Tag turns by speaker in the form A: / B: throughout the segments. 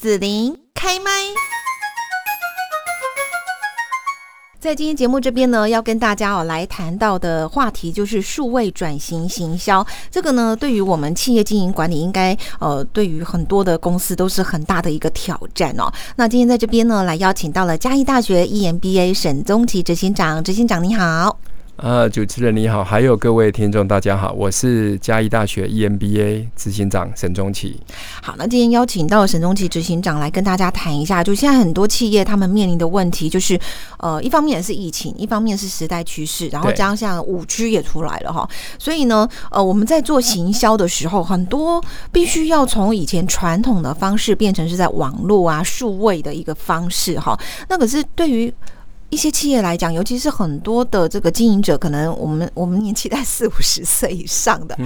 A: 紫琳开麦。在今天节目这边呢，要跟大家哦来谈到的话题就是数位转型行销。这个呢，对于我们企业经营管理，应该呃，对于很多的公司都是很大的一个挑战哦。那今天在这边呢，来邀请到了嘉义大学 E EMBA 沈宗奇执行长，执行长你好。
B: 啊、主持人你好，还有各位听众大家好，我是嘉义大学 E EMBA 执行长沈宗奇。
A: 好，那今天邀请到沈宗奇执行长来跟大家谈一下，就现在很多企业他们面临的问题，就是呃，一方面是疫情，一方面是时代趋势，然后
B: 对
A: 加上五 G 也出来了哈，所以呢，呃，我们在做行销的时候，很多必须要从以前传统的方式变成是在网络啊、数位的一个方式哈。那可是对于一些企业来讲，尤其是很多的这个经营者，可能我们我们年纪在四五十岁以上的，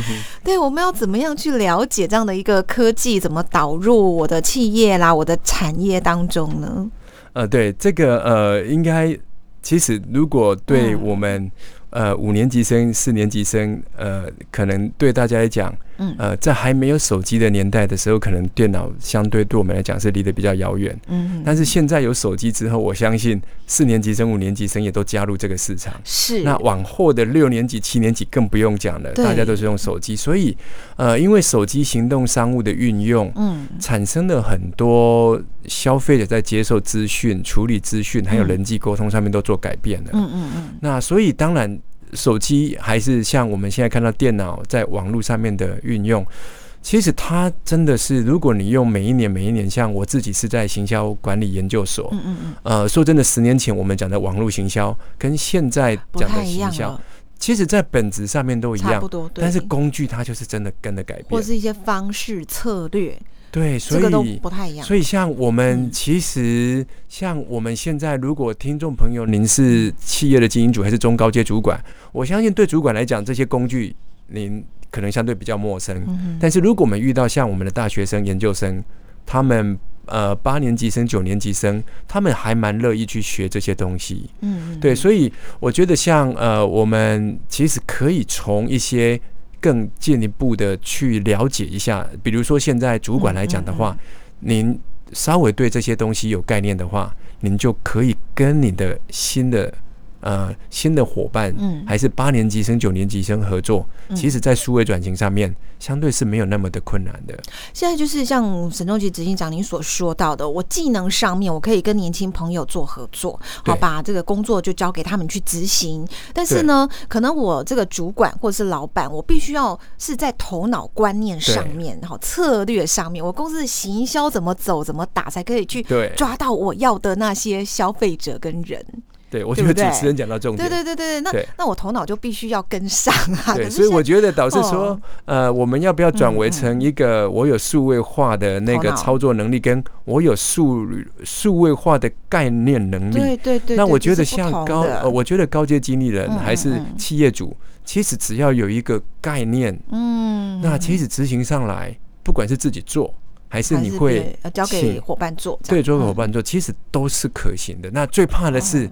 A: 对，我们要怎么样去了解这样的一个科技怎么导入我的企业啦、我的产业当中呢？
B: 呃，对这个呃，应该其实如果对
A: 嗯
B: 我们、呃五年级生、四年级生，呃，可能对大家来讲，
A: 嗯
B: 呃，在还没有手机的年代的时候，可能电脑相对对我们来讲是离得比较遥远。
A: 嗯，
B: 但是现在有手机之后，我相信四年级生、五年级生也都加入这个市场。
A: 是
B: 那往后的六年级、七年级更不用讲了，
A: 对
B: 大家都是用手机，所以呃，因为手机行动商务的运用，
A: 嗯
B: 产生了很多消费者在接受资讯、处理资讯，还有
A: 嗯
B: 人际沟通上面都做改变了。
A: 嗯嗯嗯，
B: 那所以当然，手机还是像我们现在看到电脑在网络上面的运用。其实它真的是，如果你用每一年每一年，像我自己是在行销管理研究所，
A: 嗯嗯嗯，
B: 呃，说真的，十年前我们讲的网络行销跟现在
A: 啊不
B: 讲
A: 太
B: 的
A: 一
B: 行
A: 样
B: 销，
A: 了，
B: 其实在本质上面都一
A: 差
B: 样
A: 不，多，对
B: 但是工具它就是真的跟着改
A: 或
B: 变。
A: 是一些方式策略，
B: 对，
A: 这
B: 所
A: 个都
B: 以
A: 不太一样。
B: 所以像我
A: 嗯
B: 们其实像我们现在，如果听众朋友您是企业的经营主还是中高阶主管，我相信对主管来讲，这些工具您可能相对比较陌生。
A: 嗯
B: 但是如果我们遇到像我们的大学生、研究生，他们呃八年级生、九年级生，他们还蛮乐意去学这些东西。
A: 嗯，
B: 对，
A: 以
B: 所以我觉得像呃，我们其实可以从一些更进一步的去了解一下，比如说现在主管来讲的
A: 嗯
B: 话，您稍微对这些东西有概念的话，您就可以跟你的新的呃新的伙伴。
A: 嗯，
B: 还是八年级生、九年级生合作，
A: 嗯
B: 其实，在数位转型上面，相对是没有那么的困难的。
A: 现在就是像沈仲杰执行长您所说到的，我技能上面我可以跟年轻朋友做合作，好
B: 对
A: 把这个工作就交给他们去执行。但是呢，可能我这个主管或者是老板，我必须要是在头脑观念上面，好策略上面，我公司的行销怎么走怎么打，才可以去
B: 对，
A: 抓到我要的那些消费者跟人。
B: 对我
A: 对
B: 觉得
A: 不对
B: 主持人讲到重点
A: 对，对对对，那
B: 嗯对
A: 那我头脑就必须要跟上啊。可
B: 对，
A: 是
B: 所以
A: 现在
B: 我觉得导师说，
A: 哦
B: 呃，我们要不要转为
A: 嗯嗯
B: 成一个我有数位化的那
A: 头
B: 个
A: 脑
B: 操作能力，跟我有数数位化的概念能力？
A: 对对对，
B: 那
A: 对
B: 我
A: 这
B: 觉得
A: 是不
B: 像
A: 同
B: 高，
A: 的
B: 呃，我觉得高阶经理人
A: 嗯
B: 还是
A: 嗯嗯
B: 企业主，其实只要有一个概念，
A: 嗯，
B: 那其实执行上来，不管是自己做还是
A: 还
B: 你
A: 是
B: 会
A: 别呃交给
B: 请
A: 伙伴做这样，
B: 对，做给伙
A: 嗯
B: 伴做，其实都是可行的。那最怕的是
A: 哦，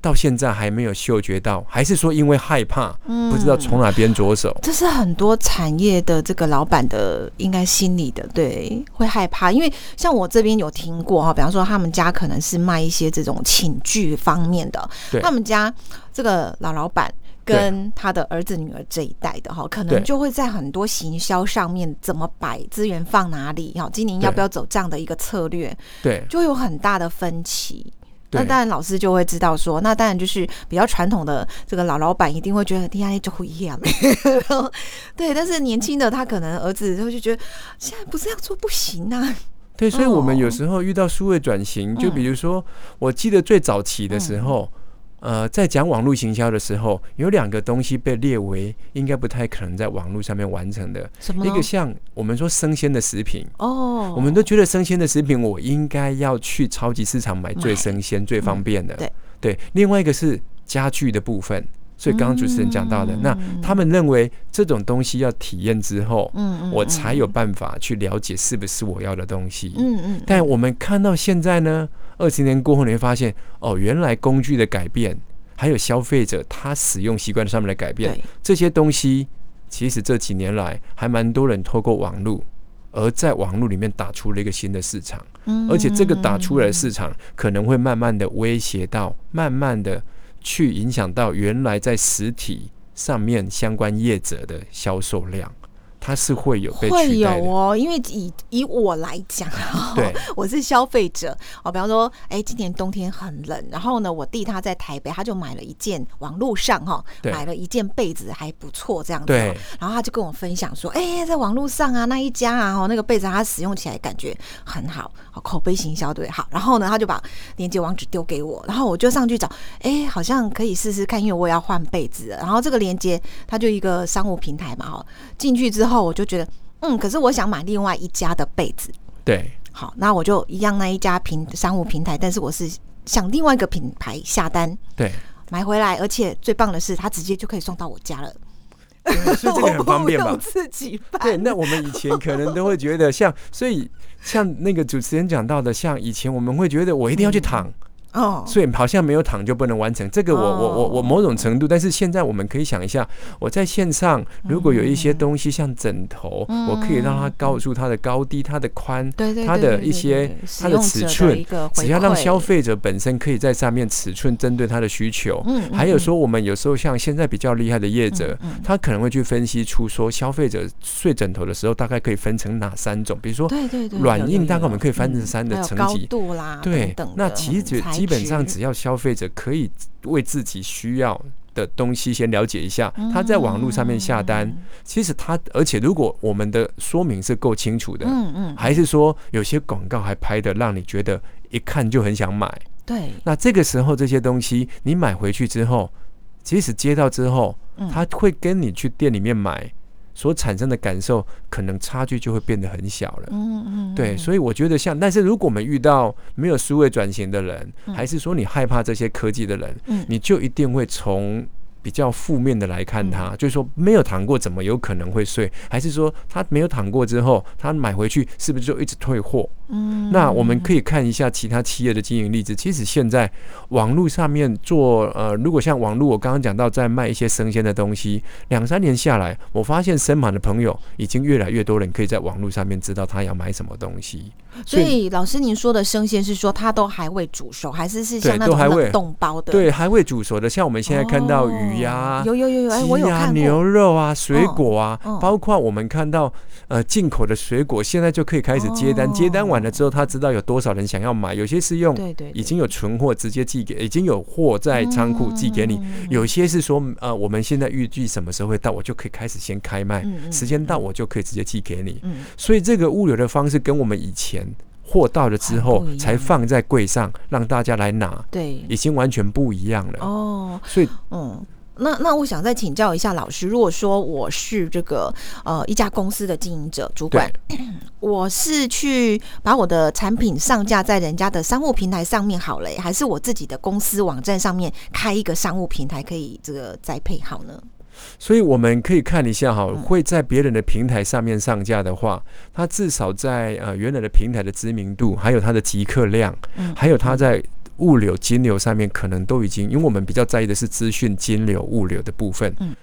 B: 到现在还没有嗅觉到，还是说因为害怕，
A: 嗯
B: 不知道从哪边着手。
A: 这是很多产业的这个老板的应该心里的对会害怕，因为像我这边有听过哈，比方说他们家可能是卖一些这种寝具方面的，
B: 对
A: 他们家这个老老板。跟他的儿子女儿这一代的哈，可能
B: 对
A: 就会在很多行销上面怎么摆资源放哪里哈，今年要不要走这样的一个策略，
B: 对，
A: 就会有很大的分歧。那
B: 对
A: 当然，老师就会知道说，那当然就是比较传统的这个老老板一定会觉得 D I 就不一样， 然后对，但是年轻的他可能儿子就会觉得现在不这样做不行啊，
B: 对，所以我们
A: 哦嗯
B: 有时候遇到数位转型，就比如说，我记得最早期的时候，呃，在讲网络行销的时候，有两个东西被列为应该不太可能在网络上面完成的，
A: 什么
B: 一
A: 呢
B: 个像我们说生鲜的食品。
A: 哦，
B: 我们都觉得生鲜的食品，我应该要去超级市场买最生鲜、最方便的。
A: 嗯对
B: 对，另外一个是家具的部分，所以刚刚主持人讲到的，那
A: 嗯
B: 他们认为这种东西要体验之后，
A: 嗯嗯
B: 我才有办法去了解是不是我要的东西。
A: 嗯嗯
B: 但我们看到现在呢，二十年过后，你会发现哦，原来工具的改变，还有消费者他使用习惯上面的改变，
A: 对
B: 这些东西，其实这几年来还蛮多人透过网络而在网络里面打出了一个新的市场，
A: 嗯
B: 而且这个打出来的市场可能会慢慢的威胁到，慢慢的去影响到原来在实体上面相关业者的销售量，它是会有被
A: 会
B: 取
A: 有
B: 代的。
A: 哦，因为以以我来讲，啊
B: 对，
A: 我是消费者哦。比方说，哎，今年冬天很冷，然后呢，我弟他在台北，他就买了一件网络上哈、
B: 对
A: 买了一件被子，还不错这样子、
B: 对
A: 哦。然后他就跟我分享说，哎，在网络上啊那一家啊，哦那个被子他使用起来感觉很好，哦口碑行销对不对好。然后呢，他就把链接网址丢给我，然后我就上去找，哎，好像可以试试看，因为我也要换被子了。然后这个链接它就一个商务平台嘛哈、哦，进去之后我就觉得。嗯，可是我想买另外一家的被子，
B: 对，
A: 好，那我就一样那一家平商务平台，但是我是向另外一个品牌下单
B: 对，
A: 买回来，而且最棒的是，它直接就可以送到我家了，
B: 所以这个很方便
A: 我不用？
B: 吧
A: 自己办。
B: 对，那我们以前可能都会觉得像，所以像那个主持人讲到的，像以前我们会觉得我一定要去躺，
A: 哦，
B: 所以好像没有躺就不能完成。这个我我我我某种程度，但是现在我们可以想一下，我在线上如果有一些东西像枕头，
A: 嗯
B: 我可以让它告诉它的高低、它的宽，
A: 对对对
B: 它
A: 对
B: 的
A: 对
B: 一
A: 对
B: 些
A: 对使
B: 它的
A: 用
B: 尺
A: 者
B: 寸
A: 一个回
B: 只要让
A: 馈
B: 消费者本身可以在上面尺寸针对他的需求，
A: 嗯嗯
B: 还有
A: 嗯
B: 说我们有时候像现在比较厉害的业者，他可能会去分析出说消费者睡枕头的时候大概可以分成哪三种，比如说
A: 对对对，有
B: 软
A: 有
B: 硬大概
A: 有
B: 我们可以分成三
A: 还
B: 的
A: 有
B: 层
A: 高
B: 级。
A: 度啦，
B: 对
A: 等等，
B: 那
A: 的嗯
B: 其实
A: 材
B: 基本上
A: 质
B: 只要消费者可以为自己需要的东西先了解一下，
A: 嗯
B: 他在网络上面下单，其实他而且如果我们的说明是够清楚的，
A: 嗯嗯，
B: 还是说有些广告还拍的让你觉得一看就很想买。
A: 对，
B: 那这个时候这些东西你买回去之后，即使接到之后，
A: 嗯
B: 它会跟你去店里面买所产生的感受，可能差距就会变得很小了。
A: 嗯嗯，
B: 对，所以我觉得像，但是如果我们遇到没有数位转型的人，还是说你害怕这些科技的人，
A: 嗯
B: 你就一定会从比较负面的来看它，
A: 嗯
B: 就是说没有躺过怎么有可能会睡？还是说他没有躺过之后，他买回去是不是就一直退货？
A: 嗯，
B: 那我们可以看一下其他企业的经营例子。其实现在网络上面做呃，如果像网络，我刚刚讲到在卖一些生鲜的东西，两三年下来，我发现身旁的朋友已经越来越多人可以在网络上面知道他要买什么东西。
A: 所以老师您说的生鲜是说它都还未煮熟，还是是像
B: 对
A: 那
B: 都
A: 种
B: 还未
A: 冷冻包的？
B: 对，还会煮熟的，像我们现在看到鱼
A: 哦
B: 呀、
A: 有有有有，哎，我
B: 鸡
A: 有
B: 呀、
A: 看过
B: 牛。肉啊、水果啊，
A: 嗯
B: 包括我们看到呃进口的水果，现在就可以开始接单。
A: 哦
B: 接单完了之后，他知道有多少人想要买，有些是用
A: 对对对
B: 已经有存货直接寄给，已经有货在仓
A: 嗯
B: 库寄给你；有些是说呃我们现在预计什么时候会到，我就可以开始先开卖，
A: 嗯嗯
B: 哎时间到我就可以直接寄给你。
A: 嗯
B: 所以这个物流的方式跟我们以前货到了之
A: 很
B: 后
A: 哦不一样
B: 才放在柜上让大家来拿，
A: 对，
B: 已经完全不一样了。
A: 哦，
B: 所以
A: 嗯。那那我想再请教一下老师，如果说我是这个呃一家公司的经营者主
B: 对
A: 管，我是去把我的产品上架在人家的商务平台上面好嘞，还是我自己的公司网站上面开一个商务平台可以这个栽培好呢？
B: 所以我们可以看一下哈，
A: 嗯
B: 会在别人的平台上面上架的话，它至少在呃原来的平台的知名度，还有它的即刻量，
A: 嗯
B: 还有它在物流、金流上面可能都已经，因为我们比较在意的是资讯、金流、物流的部分。
A: 嗯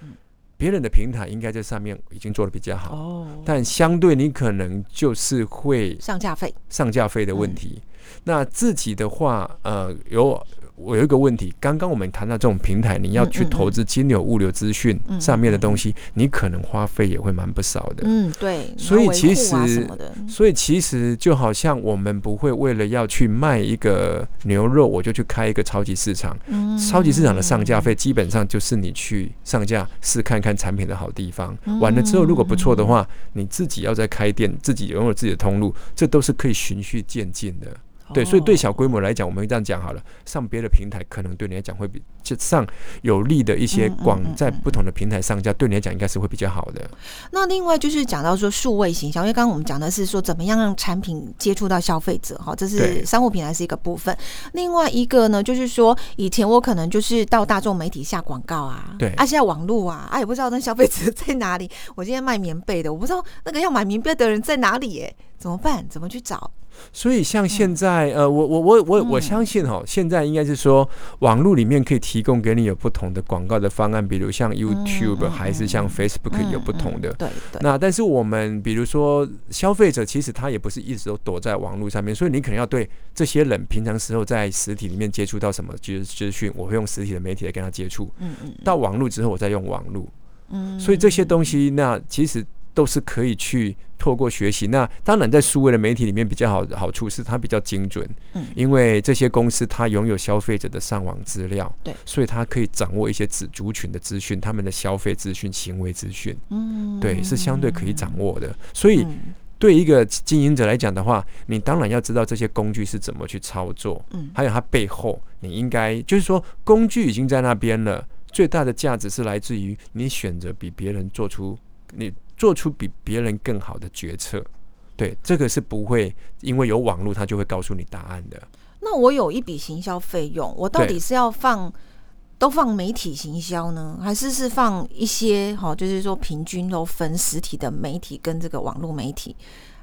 B: 别人的平台应该在上面已经做的比较好，
A: 哦，
B: 但相对你可能就是会
A: 上架费，
B: 上架费的问
A: 嗯
B: 题。那自己的话，呃，有我有一个问题，刚刚我们谈到这种平台，你要去
A: 嗯嗯
B: 投资金流、物流资讯
A: 嗯
B: 上面的东西，你可能花费也会蛮不少的。
A: 嗯，对，
B: 所
A: 然
B: 以
A: 后维
B: 其
A: 护啊
B: 实
A: 什么的，
B: 所以其实就好像我们不会为了要去卖一个牛肉，我就去开一个超级市场。
A: 嗯
B: 超级市场的上架费基本上就是你去上架试看看产品的好地方，
A: 嗯
B: 完了之后如果不错的话，你自己要再开店，自己拥有自己的通路，这都是可以循序渐进的。
A: 哦
B: 对，所以对小规模来讲，我们这样讲好了，上别的平台可能对你来讲会比就上有利的一些
A: 嗯嗯
B: 广
A: 嗯
B: 在不同的平台上架，对你来讲应该是会比较好的。
A: 那另外就是讲到说数位行销，因为刚刚我们讲的是说怎么样让产品接触到消费者，哈，这是
B: 对
A: 商务平台是一个部分。另外一个呢，就是说以前我可能就是到大众媒体下广告啊，
B: 对
A: 啊，现在网络啊，啊也不知道那消费者在哪里。我今天卖棉被的，我不知道那个要买棉被的人在哪里、耶，怎么办？怎么去找？
B: 所以像现在，呃，我我我
A: 嗯
B: 我我相信哈，现在应该是说网络里面可以提供给你有不同的广告的方案，比如像 YouTube
A: 嗯
B: 还是像 Facebook
A: 嗯
B: 有不同的
A: 嗯。对对，
B: 那但是我们比如说消费者，其实他也不是一直都躲在网络上面，所以你可能要对这些人平常时候在实体里面接触到什么资资讯，我会用实体的媒体来跟他接触，
A: 嗯嗯
B: 到网络之后我再用网络，
A: 嗯
B: 所以这些东西那其实都是可以去透过学习。那当然在数位的媒体里面比较好好处是它比较精准，
A: 嗯
B: 因为这些公司它拥有消费者的上网资料，
A: 对
B: 所以它可以掌握一些子族群的资讯，他们的消费资讯、行为资讯。
A: 嗯
B: 对，是相对可以掌握的。所以
A: 嗯
B: 对一个经营者来讲的话，你当然要知道这些工具是怎么去操作，
A: 嗯
B: 还有它背后，你应该就是说，工具已经在那边了，最大的价值是来自于你选择比别人做出你做出比别人更好的决策。对，这个是不会因为有网络，它就会告诉你答案的。
A: 那我有一笔行销费用，我到
B: 对
A: 底是要放都放媒体行销呢，还是是放一些哈、就是说平均都分实体的媒体跟这个网络媒体，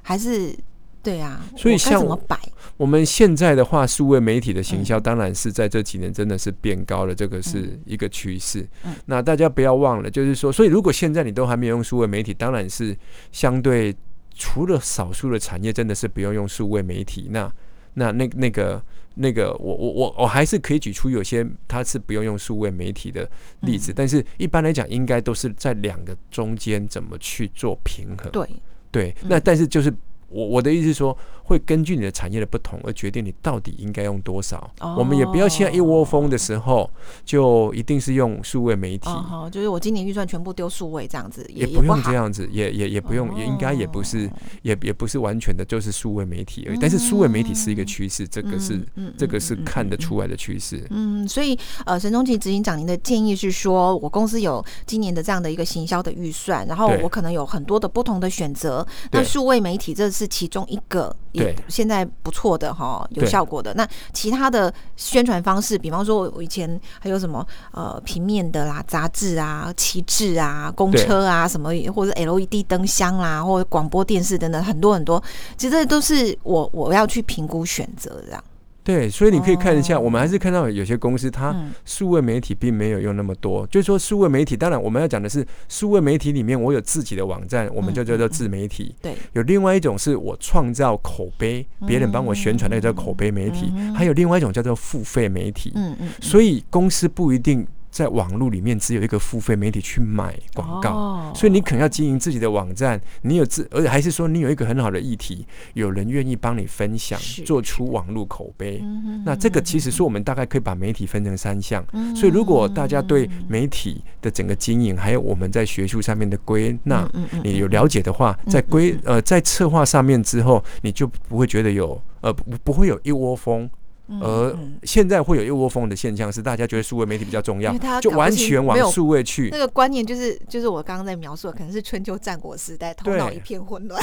A: 还是对啊？
B: 所以
A: 我该
B: 像
A: 怎么
B: 我呃
A: 摆？
B: 我们现在的话，数位媒体的行销
A: 嗯
B: 当然是在这几年真的是变高了，这个是一个趋势
A: 嗯。
B: 那大家不要忘了，就是说，所以如果现在你都还没有用数位媒体，当然是相对除了少数的产业，真的是不用用数位媒体。那那那那个那个，我我我我还是可以举出有些它是不用用数位媒体的例
A: 嗯
B: 子，但是一般来讲，应该都是在两个中间怎么去做平衡。
A: 对，
B: 对，
A: 嗯
B: 那但是就是我我的意思是说，会根据你的产业的不同而决定你到底应该用多少。
A: 哦
B: 我们也不要现在一窝蜂的时候就一定是用数位媒体，
A: 哦好，就是我今年预算全部丢数位这样子，也
B: 不用
A: 好哦
B: 这，样子，也也也不用，也应该也不是，也也不是完全的就是数位媒体而已。但是数位媒体是一个趋势，这
A: 这
B: 个是、这个是
A: 哦
B: 看得。
A: 嗯嗯嗯嗯嗯嗯
B: 出来的趋势。
A: 嗯，所以呃，沈中奇执行长，您的建议是说，我公司有今年的这样的一个行销的预算，然后
B: 对
A: 我可能有很多的不同的选择。
B: 对
A: 那数位媒体这是其中一个，也
B: 对
A: 现在不错的哈，有
B: 对
A: 效果的。那其他的宣传方式，比方说我以前还有什么呃平面的啦、杂志啊、旗帜啊、公
B: 对
A: 车啊什么，或者 LED 灯箱啦、或者广播电视等等，很多很多，其实这都是我我要去评估选择这样。
B: 对，所以你可以看一下，
A: 哦
B: 我们还是看到有些公司它
A: 嗯
B: 数位媒体并没有用那么多，就是说数位媒体，当然我们要讲的是数位媒体里面，我有自己的网站，我们就叫做自媒体。
A: 嗯对，
B: 有另外一种是我创造口碑，别人帮我宣传那个叫口碑媒体，
A: 嗯
B: 还有另外一种叫做付费媒体。
A: 嗯嗯。
B: 所以公司不一定在网络里面只有一个付费媒体去买广告。
A: 哦
B: 所以你可能要经营自己的网站，你有自，而且还是说你有一个很好的议题，有人愿意帮你分享
A: 是，
B: 做出网络口碑。
A: 嗯
B: 那这个其实说我们大概可以把媒体分成三项，
A: 嗯
B: 所以如果大家对媒体的整个经营，还有我们在学术上面的归纳，
A: 嗯嗯
B: 你有了解的话，在归呃在策划上面之后，你就不会觉得有呃不不会有一窝蜂。
A: 嗯
B: 而
A: 嗯
B: 现在会有一窝蜂的现象是，大家觉得数位媒体比较重要
A: 因为大家，
B: 就
A: 搞不
B: 完
A: 清
B: 全
A: 没
B: 往
A: 有
B: 数位 去
A: 那。个观念就是就是我刚刚在描述，的，可能是春秋战国时代，头
B: 对
A: 脑一片混乱，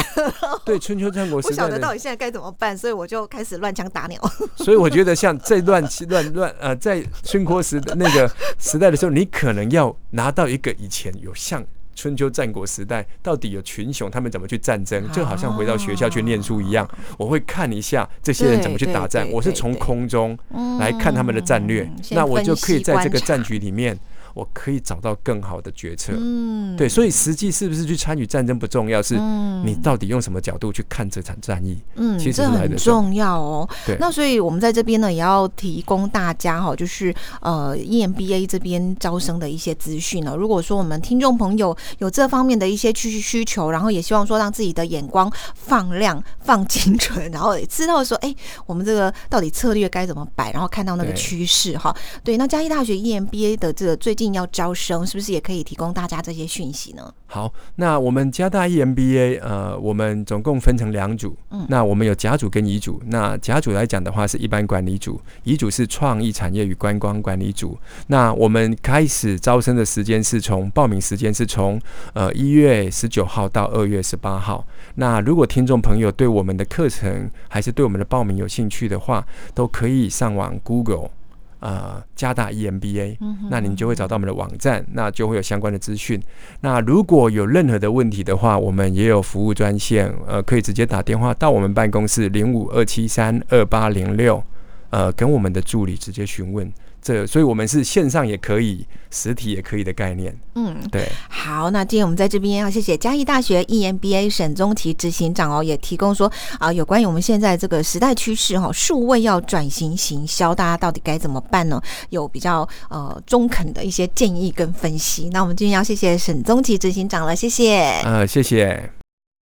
B: 对春秋战国
A: 不
B: 时
A: 晓
B: 代
A: 得
B: 的
A: 到底现在该怎么办，所以我就开始乱枪打鸟。
B: 所以我觉得像在乱七 乱乱呃，在春国时的那 个时代的时候，你可能要拿到一个以前有像春秋战国时代到底有群雄他们怎么去战争，
A: 啊
B: 就好像回到学校去念书一样，我会看一下这些人怎么去打
A: 哦对
B: 战，
A: 对
B: 我是
A: 对
B: 从
A: 对
B: 空中来看他们的战略
A: 嗯，
B: 那我就可以在这个。
A: 先分析观察
B: 战局里面，我可以找到更好的决策。
A: 嗯，
B: 对，所以实际是不是去参与战争不重要，是
A: 嗯
B: 你到底用什么角度去看这场战役。
A: 嗯，
B: 其实
A: 这
B: 是来
A: 很
B: 得上
A: 重要哦。
B: 对
A: 那所以我们在这边呢，也要提供大家哈、就是呃 EMBA 这边招生的一些资讯哦呢、如果说我们听众朋友有这方面的一些需需求，然后也希望说让自己的眼光放亮、放精准，然后也知道说，哎，我们这个到底策略该怎么摆，然后看到那个
B: 对
A: 趋势哈。对，那嘉义大学 E EMBA 的这个最近要招生，是不是也可以提供大家这些讯息呢？
B: 好，那我们加大 E EMBA，呃，我们总共分成两组。
A: 嗯
B: 那我们有甲组跟乙组。那甲组来讲的话，是一般管理组；乙组是创意产业与观光管理组。那我们开始招生的时间是从报名时间是从呃一月十九号到二月十八号。那如果听众朋友对我们的课程还是对我们的报名有兴趣的话，都可以上网 Google。呃加大 EMBA，
A: 嗯哼
B: 那您就会找到我们的网站，那就会有相关的资讯。那如果有任何的问题的话，我们也有服务专线，呃，可以直接打电话到我们办公室零五二七三二八零六，呃，跟我们的助理直接询问。这，所以我们是线上也可以，实体也可以的概念。
A: 嗯，
B: 对，
A: 好，那今天我们在这边要谢谢嘉义大学 EMBA 沈宗奇执行长哦，也提供说啊、有关于我们现在这个时代趋势哈、哦，数位要转型行销，大家到底该怎么办呢？有比较呃中肯的一些建议跟分析。那我们今天要谢谢沈宗奇执行长了，谢谢。
B: 呃，谢谢。